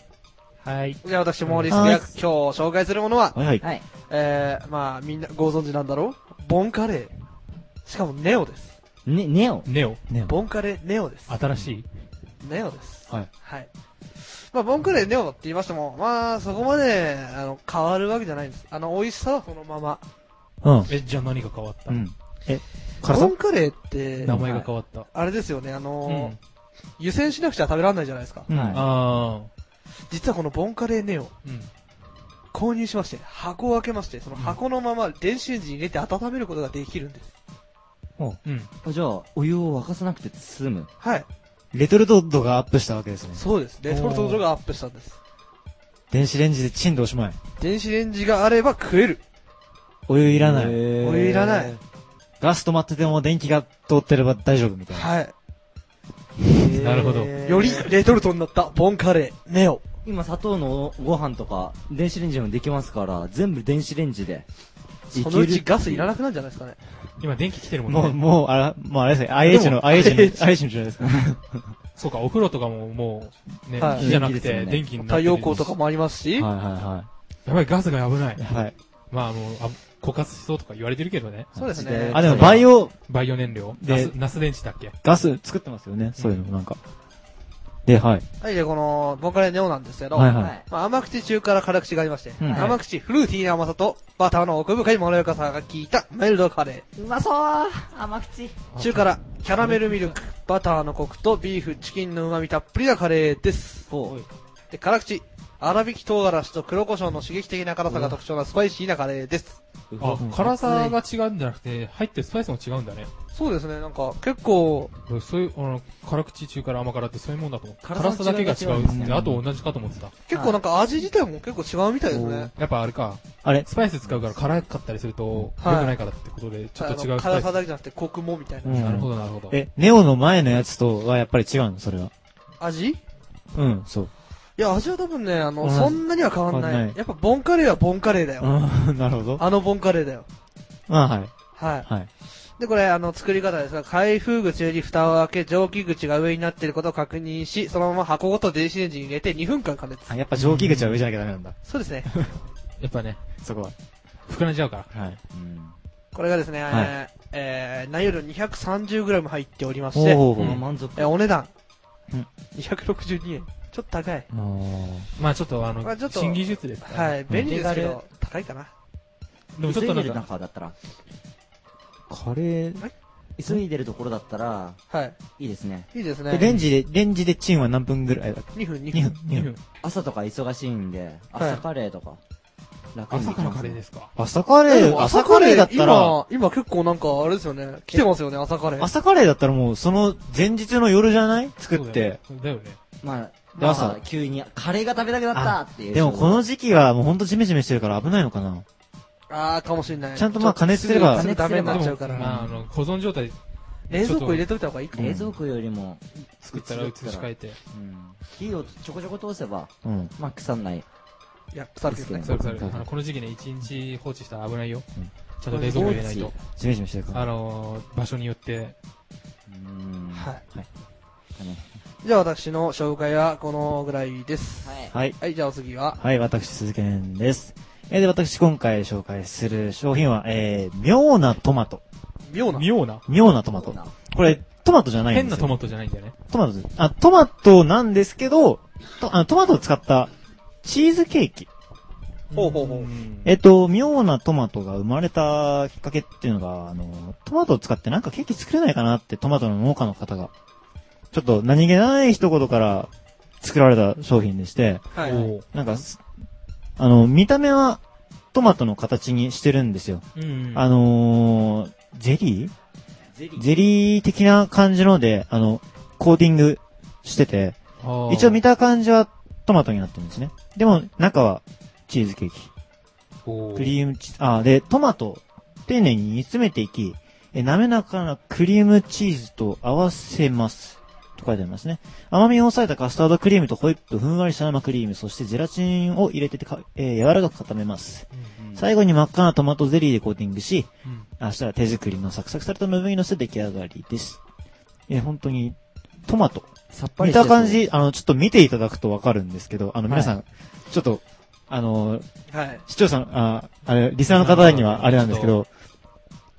はい。
じゃあ私、モーリス
はい
が今日紹介するものは、
はいはい。
はい。
えー、まあみんなご存知なんだろうボンカレー。しかもネオです。
ね、ネオ
ネオ。
ね、
ボンカレーネオです。
新しい。
ネオです。
はい。
はい。まあ、ボンクレーネオって言いましても、まあ、そこまで、あの、変わるわけじゃないんです。あの、美味しさはそのまま。
うん。
え、じゃあ何が変わった、
うん。え、辛
ボ
さ
ンクレーって、
名前が変わった。
あれですよね、あ
う
の
ん。
ー湯煎しなくちゃ食べられないじゃないですか。
うん。は
あ
実はこのボンカレーネオ、
ーうん。
購入しまして、箱を開けまして、その箱のまま電子レンジに入れて温めることができるんです。
うん。
あじゃあ、お湯を沸かさなくて済む。
はい。
いレトルト度がアップしたわけですね。
そうです。レトルトドがアップしたんです。
電子レンジでチンでおしまい。
電子レンジがあれば食える。
お湯いらない。
お湯いらない。
ガス止まってても電気が通ってれば大丈夫みたいな。
はい。
なるほど。
よりレトルトになったボンカレーネオ。
今、砂糖のご飯とか、電子レンジでもできますから、全部電子レンジで。
そのうちガスいら
ない
なくなるんじゃないですかね。
今電気来てるもんね。
もう、もう、あら、もうあれですね。IH の、IH の、IH の時代ですか。
そうか、お風呂とかももう、ね、
はい
火じゃなく
電気ですよ
て、
ね
電気になって
太
る
陽光とか。もありますし、
はいは
やばい、ガスが危ない
い。はい。はい。
まあ、もう、あ枯渇しそうとか言われてるけどね。
そうです
時代。
ね
あ、でもバイオ
バイオ燃料。ナ
で
ス、ナス電池だっけ
ガス作ってますよね。そういうの、なんか。で、はい。
はい、じゃあこの、ボンカレーネオなんですけど、
はい
は。
はい
まあ、甘口中から辛口がありまして、
うん
甘口フルーティーな甘さと、バターの奥深いまろやかさが効いたメルドカレ
うまそう甘口。
ー。中辛、キャラメルミルク、バターのコクとビーフ、チキンの旨味たっぷりなカレーです。
ほう。
で、辛口、粗挽き唐辛子と黒胡椒の刺激的な辛さが特徴なスパイシーなカレーです。
あ、辛さが違うんじゃなくて、入ってるスパイスも違うんだね。
そうですね、なんか、結構、
そういう、あの、辛口中から甘辛ってそういうもんだと思う。
辛さ
辛
の
さだけが違
違いが違う
うんん
で
ですす
ね
ね。あと同じかと思ってた。
結構なんか味自体も結構違うみたいですね。
やっぱあれか、
あれ
スパイス使うから辛かったりすると、良く
はい
ないからってことで、ちょっと違
あ
う
の
スパ
辛
イス
さ。だけじゃなくてコクもみたいな。
なるほど、なるほど。
え、ネオの前のやつとはやっぱり違うのそれは。
味
うん、そう。
いや、味は多分ね、あの、
うん
そんなには変わん
変わ
なんい。
ない
やっぱ、ボンカレーはボンカレーだ
う
よ。
ん、 [laughs] なるほど。
あのボンカレーだよ。
まあ、はい。
は
はい。
い。で、これ、あの、作り方ですが、開封口より蓋を開け、蒸気口が上になっていることを確認し、そのまま箱ごと電子レンジに入れて2分間加熱。
あやっぱ蒸気口は上じゃなきゃダメなんだ。
そうですね。
やっぱね、
そこは。
膨らんじゃうから。
はい。
これがですね、
はい
えーえー、内容量 230g 入っておりまし
お
て、
お
この
ー。
満足。
えーお値段
うん、
262円。ちょっと高い。
まあちょっとあの、
まあちょっと
新技術ですから、
はい。便利ですけ
手軽
ど、高いかな。
でもちょっとな
急
いん
でる
か、
中だったら、
カレー。
急いでるところだったら、
はい
いですね。
い。いいです
で
ね。
レンジで、レンジでチンは何分ぐらいだ
2分、2
?2 分
分。、
2分。
朝とか忙しいんで、
はい
朝カレーとか、楽にで
朝
き
か
ま
らカ
すね
レーですか。
朝カレー、朝カレーだったら、
今、今結構なんか、あれですよね。来てますよね、朝カレー。
[laughs] 朝カレーだったらもうその前日の夜じゃない作って。
そうだよね。だよね
まあ、
で
まあ
朝
急にカレーが食べたくなったっていう。
でもこの時期はもうほんとジメジメしてるから危ないのかな
あー、かもしれない。
ちゃんとまあ加熱すれば
ちょっとすぐダメになっちゃうか
でもまああ
ら。
の、保存状態
冷蔵庫入れといた方がいいかも。
冷蔵庫よりも、
作ったら移し替えて、
うん火をちょこちょこ通せば、
うん。
まあ腐んない。
いや、腐るけどね。
それそれ
うん
あのこの時期ね、一日放置したら危ないよ
うん。
ちゃんと冷蔵庫入れない
放
と。
ジメジメしてるか
あ
ら。
のー、場所によって、
うん
はい
はい。
じゃあ私の紹介はこのぐらいです。
はい。
はい。
はい、じゃあお次は。
はい、私、鈴賢です。えーで、私、今回紹介する商品は、えー、妙なトマト。
妙な。
妙な。
妙なトマト。これ、トマトじゃないん
変
です
な。
よ
トマトじゃないんだよね。
トマトです。あ、トマトなんですけど、とあのトマトを使ったチーズケーキ。
ほうほうほう。
えっと、妙なトマトが生まれたきっかけっていうのが、あの、トマトを使ってなんかケーキ作れないかなってトマトの農家の方が、ちょっと何気ない一言から作られた商品でして、
はい。
なんかす、あの、見た目はトマトの形にしてるんですよ。
うん。
あのー、ゼリーゼリー的な感じので、あの、コーティングしてて、
の
一応見た感じはトマトになってるんですね。でも中はチーズケーキ。クリームチーズ、あ、で、トマトを丁寧に煮詰めていき、え滑らかなクリームチーズと合わせます。と書いてありますね。甘みを抑えたカスタードクリームとホイップ、ふんわりした生クリーム、そしてゼラチンを入れててか、えー柔らかく固めます。最後に真っ赤なトマトゼリーでコーティングし、
うん
明日は手作りのサクサクされた部分に乗せて出来上がりです。えー本当に、トマト。
さっぱりし
見
て
た
て
感。じ、あの、ちょっと見ていただくとわかるんですけど、あの、皆さん、ちょっと、あの、
はい。
視聴者の、あ、あれ、リスナーの方にはあれなんですけど、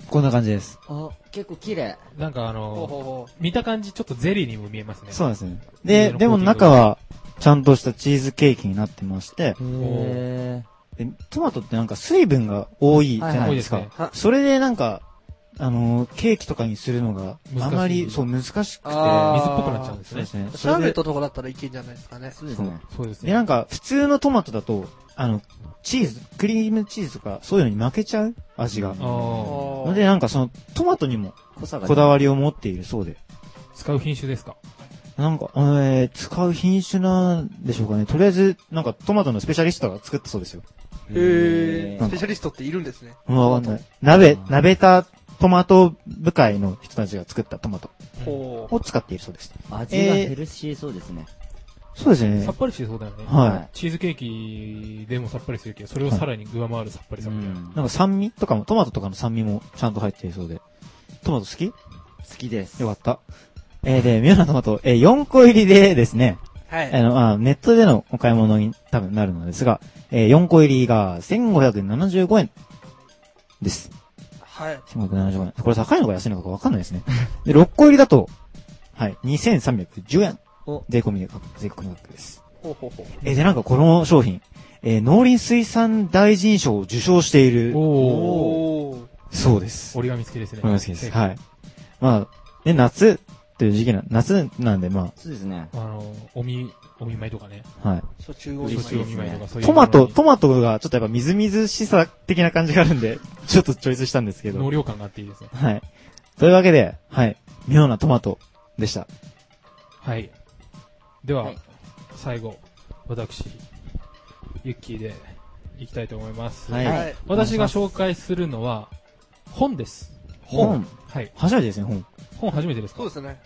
こんな感じです。
あ、結構綺麗。
なんかあ
ほう
の、
ほうほ
見た感じちょっとゼリーにも見えますね。
そうなんですね。
家
で、
の
でも
コーティングが
中は、ちゃんとしたチーズケーキになってまして、
へ
でトマトってなんか水分が多いじゃ
は
な
多い
いで
ですす
か。
ね。
それでなんか、あのー、ケーキとかにするのが、
難しい
あまり、そう、難しくて、
あー
水っぽくなっちゃうんです
そうで
ね。
すね。
う。シャーベッ
ト
トとかだったらいけんじゃないですかね。
そうですね。
そうです
で、
ね。
なんか、普通のトマトだと、あの、チーズ、クリームチーズとか、そういうのに負けちゃう味が。
あー
ので、なんかその、トマトにも
濃さが。
こだ
り。
わりを持っているそうで。
使う品種ですか
なんか、えー、使う品種なんでしょうかね。とりあえず、なんかトマトのスペシャリストが作ったそうですよ。
へー。
なん
ス
か
ペシャリストっているんですね。
わかんない。鍋、鍋たトマト部会の人たちが作ったトマト
ほう。
を使っているそうです。
味がヘルシーそうですね。
そうです
さ
ね
っ。ぱりしてそうだよね。
は
チーズケーキでもさっぱりするけど、それをさらに上回るさっぱりさみたいな。
い。なんか酸味とかも、トマトとかの酸味もちゃんと入っているそうで。トマト好き
好きです。
よかった。えー、で、妙なトマト、えー、4個入りでですね、
は
あ
い。
の、まあ、ネットでのお買い物に多分なるのですが、えー、4個入りが1575円です。
はい。
1575円。これ高いのか安いのかわかんないですね。で、6個入りだと、はい、2310円
お。
税込みで価格、税込み価格です。
ほうほうほう。
えーで、なんかこの商品、えー農林水産大臣賞を受賞している、
おお。
おー。
そうです。
折り紙付きですね。
お好きです。はい。まあ、ね、夏という時期な、夏なんで、ま
そうですね。
あの、お見、お見舞いとかね。
あ、はい。
初中央
嬉
お
しいですね
見舞いとかそういう
トマト、ト
マ
マトがちょっとやっぱみずみずしさ的な感じがあるんで、 [laughs] ちょっとチョイスしたんですけ
納
ど。
涼感があっていいですね。
はい。というわけで、はい。妙なトマトでした。
はい。では、
はい
最後、私、ユッキーで行きたいと思います。
はい
はい。
私が紹介するのは、本です。
本。
はい。
初めてですね、本。
本初めてですか
そうですね。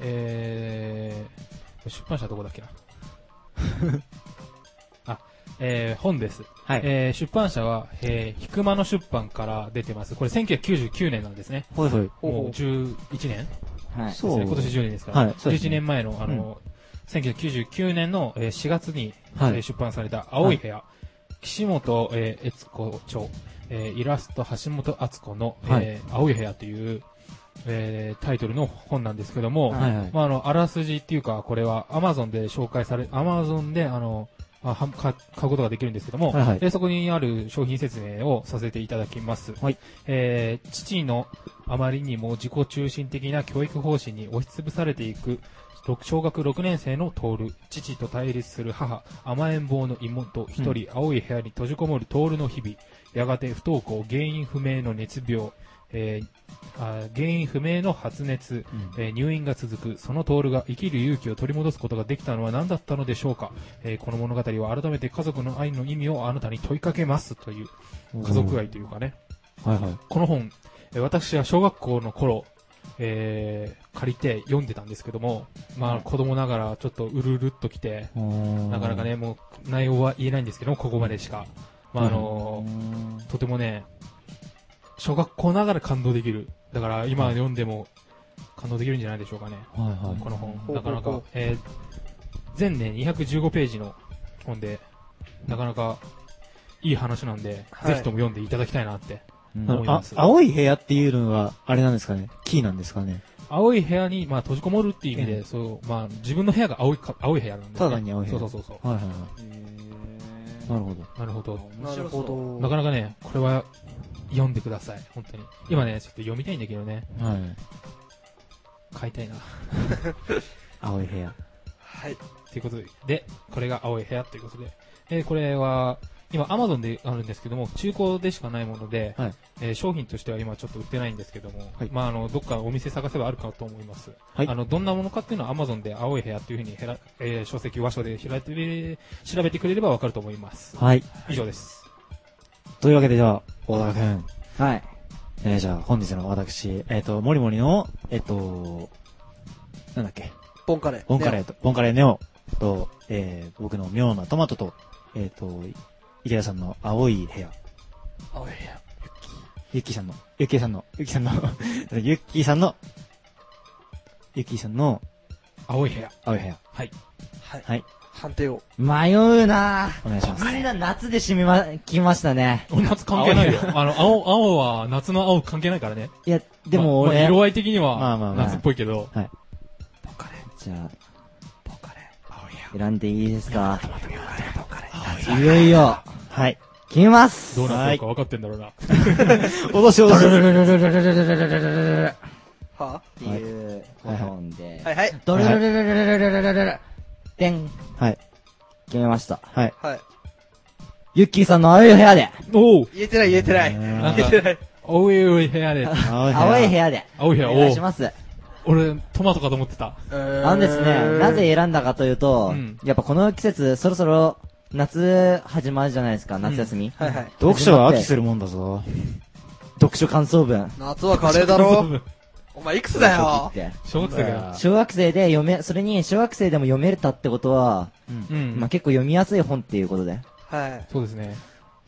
えー、出版社どこだっけな。 [laughs] あ、えー、本です。
はい
えー、出版社は、えー、ひくまの出版から出てます。これ1999年なんですね。
ほいほい。
ほうほう
もう11年
はい。
です
そう。
ね。今年10年ですから。
はいそうですね
11年前の、あの、1999年のえー4月に
はい
えー出版された青い部屋、岸本えー悦子著、えーイラスト橋本敦子の
はい
えー青い部屋というえータイトルの本なんですけども、
はいはい。
まあ、あの、あらすじっていうか、これは Amazon で紹介され、Amazon で、あの、あは買買うことができるんですけども、
はいはい
でそこにある商品説明をさせていただきます。
はい
えー父のあまりにも自己中心的な教育方針に押しつぶされていく、ろ小学6年生のトール、父と対立する母、甘えん坊の妹、一人、青い部屋に閉じこもるトールの日々、やがて不登校、原因不明の熱病、えーあ原因不明の発熱、えー入院が続く、そのトールが生きる勇気を取り戻すことができたのは何だったのでしょうか、えーこの物語は改めて家族の愛の意味をあなたに問いかけますという、家族愛というかね、
はいはい。
この本、えー私は小学校の頃、えー借りて読んでたんですけども、まあ子供ながらちょっとうるうるっときて、な
な
かなか、ね、もう内容は言えないんですけども、ここまでしか。まああのーとてもね、小学校ながら感動できる。だから今読んでも感動できるんじゃないでしょうかね。
はいはい。
この本、
う
なかな
ほうほ
か
う、
えー、全ね215ページの本で、なかなかいい話なんで、
はい
ぜひとも読んでいただきたいなって。
あ
思い
のあ
ます
青い部屋っていうのは、あれなんですかねキーなんですかね
青い部屋に、まあ、閉じこもるっていう意味で、
ええ
そう、まあ、自分の部屋が青いか、青い部屋なんですね
ただに青い部屋
そうそうそうそう。
はいはいはい。
なるほど。
なるほど。
なるほど。
なかなかね、これは読んでください。本当に。今ね、ちょっと読みたいんだけどね。
はい。
買いたいな。
青い部屋。
はい。
ということで、これが青い部屋ということで。えーこれは、今、アマゾンであるんですけども、中古でしかないもので、
はい
えー商品としては今ちょっと売ってないんですけども、
はい
まあ、あの、どっかお店探せばあるかと思います。
はい
あの、どんなものかっていうのはアマゾンで青い部屋というふうにへら、えー書籍、和書で開いて、調べてくれればわかると思います。
はい。
以上です。
というわけでじゃあ、小田君。
はい。
えー、じゃあ本日の私、えっ、と、もりもりの、えっ、と、なんだっけ、
ボンカレー。
ボンカレ
ね
ーと、ボンカレーネオと、えー、僕の妙なトマトと、えっ、と、池田さんの青い部屋、
青い部屋。
ゆっきーさんの、ゆっきーさんの、ゆっきーさんの、 [laughs] ゆっきーさんの、ゆっきーさんの
青い部屋。
青い部屋、
はい。
はい。
はい
判定を。
迷うな
お願いします
ぁ。。みんな夏で染みま、きましたね。
夏関係ないよ。あの、青、青は夏の青関係ないからね。
いや、でも
まあまあ
俺、
色合い的に
まあまあ
は
まあ
夏っぽいけど、
ボンカレー。
じゃ
ボンカレ
青い部屋。
あ、選んでいいですか。
ー。ボンカレー。ボンカレー。
いよいよ、
はい。
決めます
どうなってるか分かってんだろうな。
脅し脅し。
は
っていう、
はい
コトンで
あ、は。いはい。
ドルルルルルルルルルルルル。でん。
はい。
決めました。
はい。
ユッキーさんの青い部屋で。
おお
言えてない言えてない。
なん
言
か
えて、ない。
青い青い部屋で、
青
青い部屋で。
青い部
お
屋、
願
お
い
お
します。
俺、トマトかと思ってた。
あ
あ
のですね、なぜ選んだかというと
うん、
やっぱこの季節、そろそろ、夏始まるじゃないですか、夏休み。
はいはい。
読書は飽きするもんだぞ。
読書感想文。
夏はカレー
[laughs]
だろお前いくつだよ
って
小学生が。
小学生で読め、それに小学生でも読めたってことは、
うん
まあ。結構読みやすい本っていうことで、
はい。
そうですね。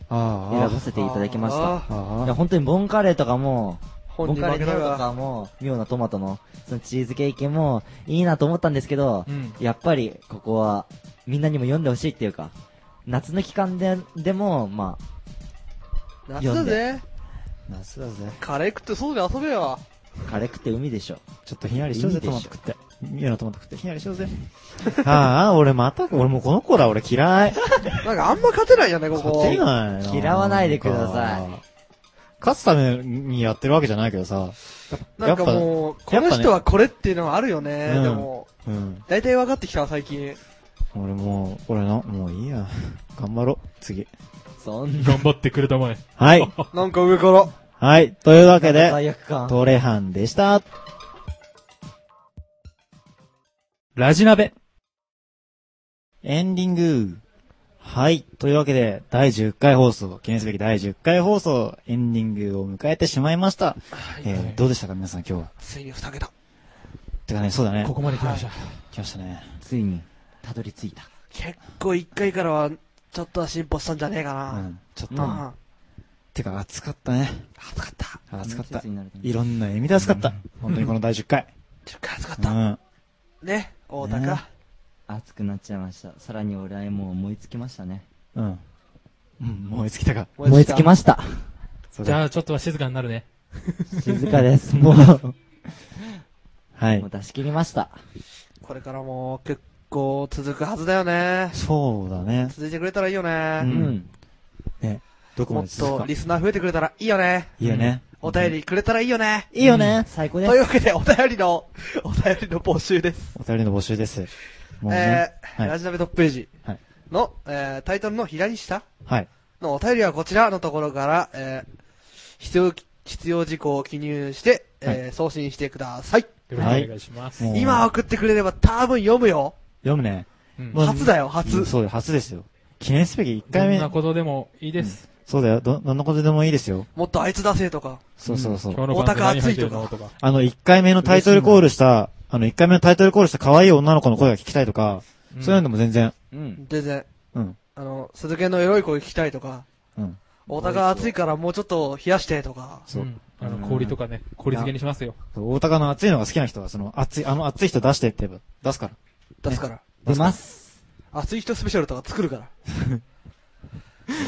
あ
選ばせていただきました。
た。
あ
いや、本当にボンカレーとかも、
本
ボン
に
カレ
負
ーネ
けた
オと
が。
かも、妙なトマトの、そのチーズケーキも、いいなと思ったんですけど
う、ん。
やっぱり、ここは、みんなにも読んでほしいっていうか、夏の期間で、でも、まあ、
夏だぜ。
夏だぜ。
カレー食って外で遊べよ。
カレー食って海でしょ。
ちょっとひんやりしよう
い
ぜ、
いで
ト
しょ
マト食って。嫌なトマト食ってひんやりしようぜ。ああ、俺また、俺もうこの子ら俺嫌い。
なんかあんま勝てないよね、ここ。
勝てないな。
嫌わないでください
なんか。勝つためにやってるわけじゃないけどさ。
なんかもう、この人はこれっていうのはあるよね。
うん
でも、
うん。
大体分かってきた、最近。
俺もう、俺の、もういいや。頑張ろう。次。
そんな、
頑張ってくれたまえ。
[laughs]
はい。
なんか上から。
はい。というわけで、
罪悪感。
トレハンでした。
ラジ鍋。
エンディング。はい。というわけで、第10回放送、記念すべき第10回放送、エンディングを迎えてしまいました。えーどうでしたか皆さん今日は。
ついに二桁。
てかね、そうだね
こ。こまで来ました。
来ましたね。
ついに、たどり着いた。
結構一回からは、ちょっとは進歩したんじゃねえかな。
うん。ちょっと、
ま
てか暑かったね。
あ、暑かった。
暑かっ
この
た
季節。になるとね
いろんな意味で暑かった。本当にこの第10回。
10回暑かっ
う
た。
ん。
ね、大
ね
高。
熱くなっちゃいました。さらに俺はもう燃え尽きましたね。
うん。うん、燃え尽きたか。
燃え尽きました。
じゃあ、ちょっとは静かになるね。
静かです。 [laughs] もう、
はい
もう。出し切りました。
これからも結構続くはずだよね。
そうだね。
続いてくれたらいいよ
う
う
ね。
ん
ん。
どこ
も
まで
っ
続
と
くか。
リスナー増えてくれたらいいよね。
いいよね。
お便りくれたらいいよね。
いいよね。最高で
という
す。
わけで、お便りの、 [laughs] お便りの募集です。
お便りの募集です。もうね
え。ー
はい
ラジナベトップページ
はい
の、えータイトルの左下
はい。
のお便りはこちらのところから、えー必要、必要事項を記入して、えー送信してください。
よろしくお願いします。
もう
今送ってくれれば多分読むよ。
読むね。
うん
もう
初だよ、
う
初
ん。そうだよ、初ですよ。記念すべき1
ど
回
ん
目
な。ことでもいいです。
そうだよ。ど、どんなことでもいいですよ。
もっとあいつ出せとか。
そうそうそう。
今日の晩何入ってるの
オタ
とか。
あの、1回目のタイトルコールした、あの、1回目のタイトルコールした可愛い女の子の声が聞きたいとか、
ん。
そういうのも全然。
うん。
全然。
うん。
あの、鈴木のエロい声聞きたいとか、
うん。
お互い暑いからもうちょっと冷やしてとか、
そううん
あの、氷とかね、氷漬けにしますよ。
そう。大高の熱いのが好きな人は、その、熱い、あの熱い人出してって言えば、出すから。
出すから。
出ます。
暑い人スペシャルとか作るから。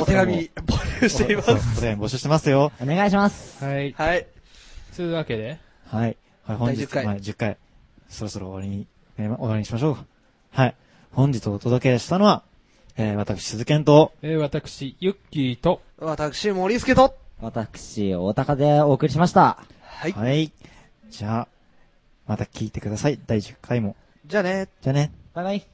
お手紙募集しています。
す。お便り募集してますよ。
お願いします。
はい。
はい。
というわけで、
はい。はい、本日、
第10回
はい、10回。そろそろ終わりに、えー終わりにしましょう。はい。本日お届けしたのは、えー、私、鈴健と、
えー、私、ユッキーと、
私、森助と、
私、大高でお送りしました。
はい。
はい。じゃあ、また聞いてください。第10回も。
じゃあね。
じゃあね。
バイバイ。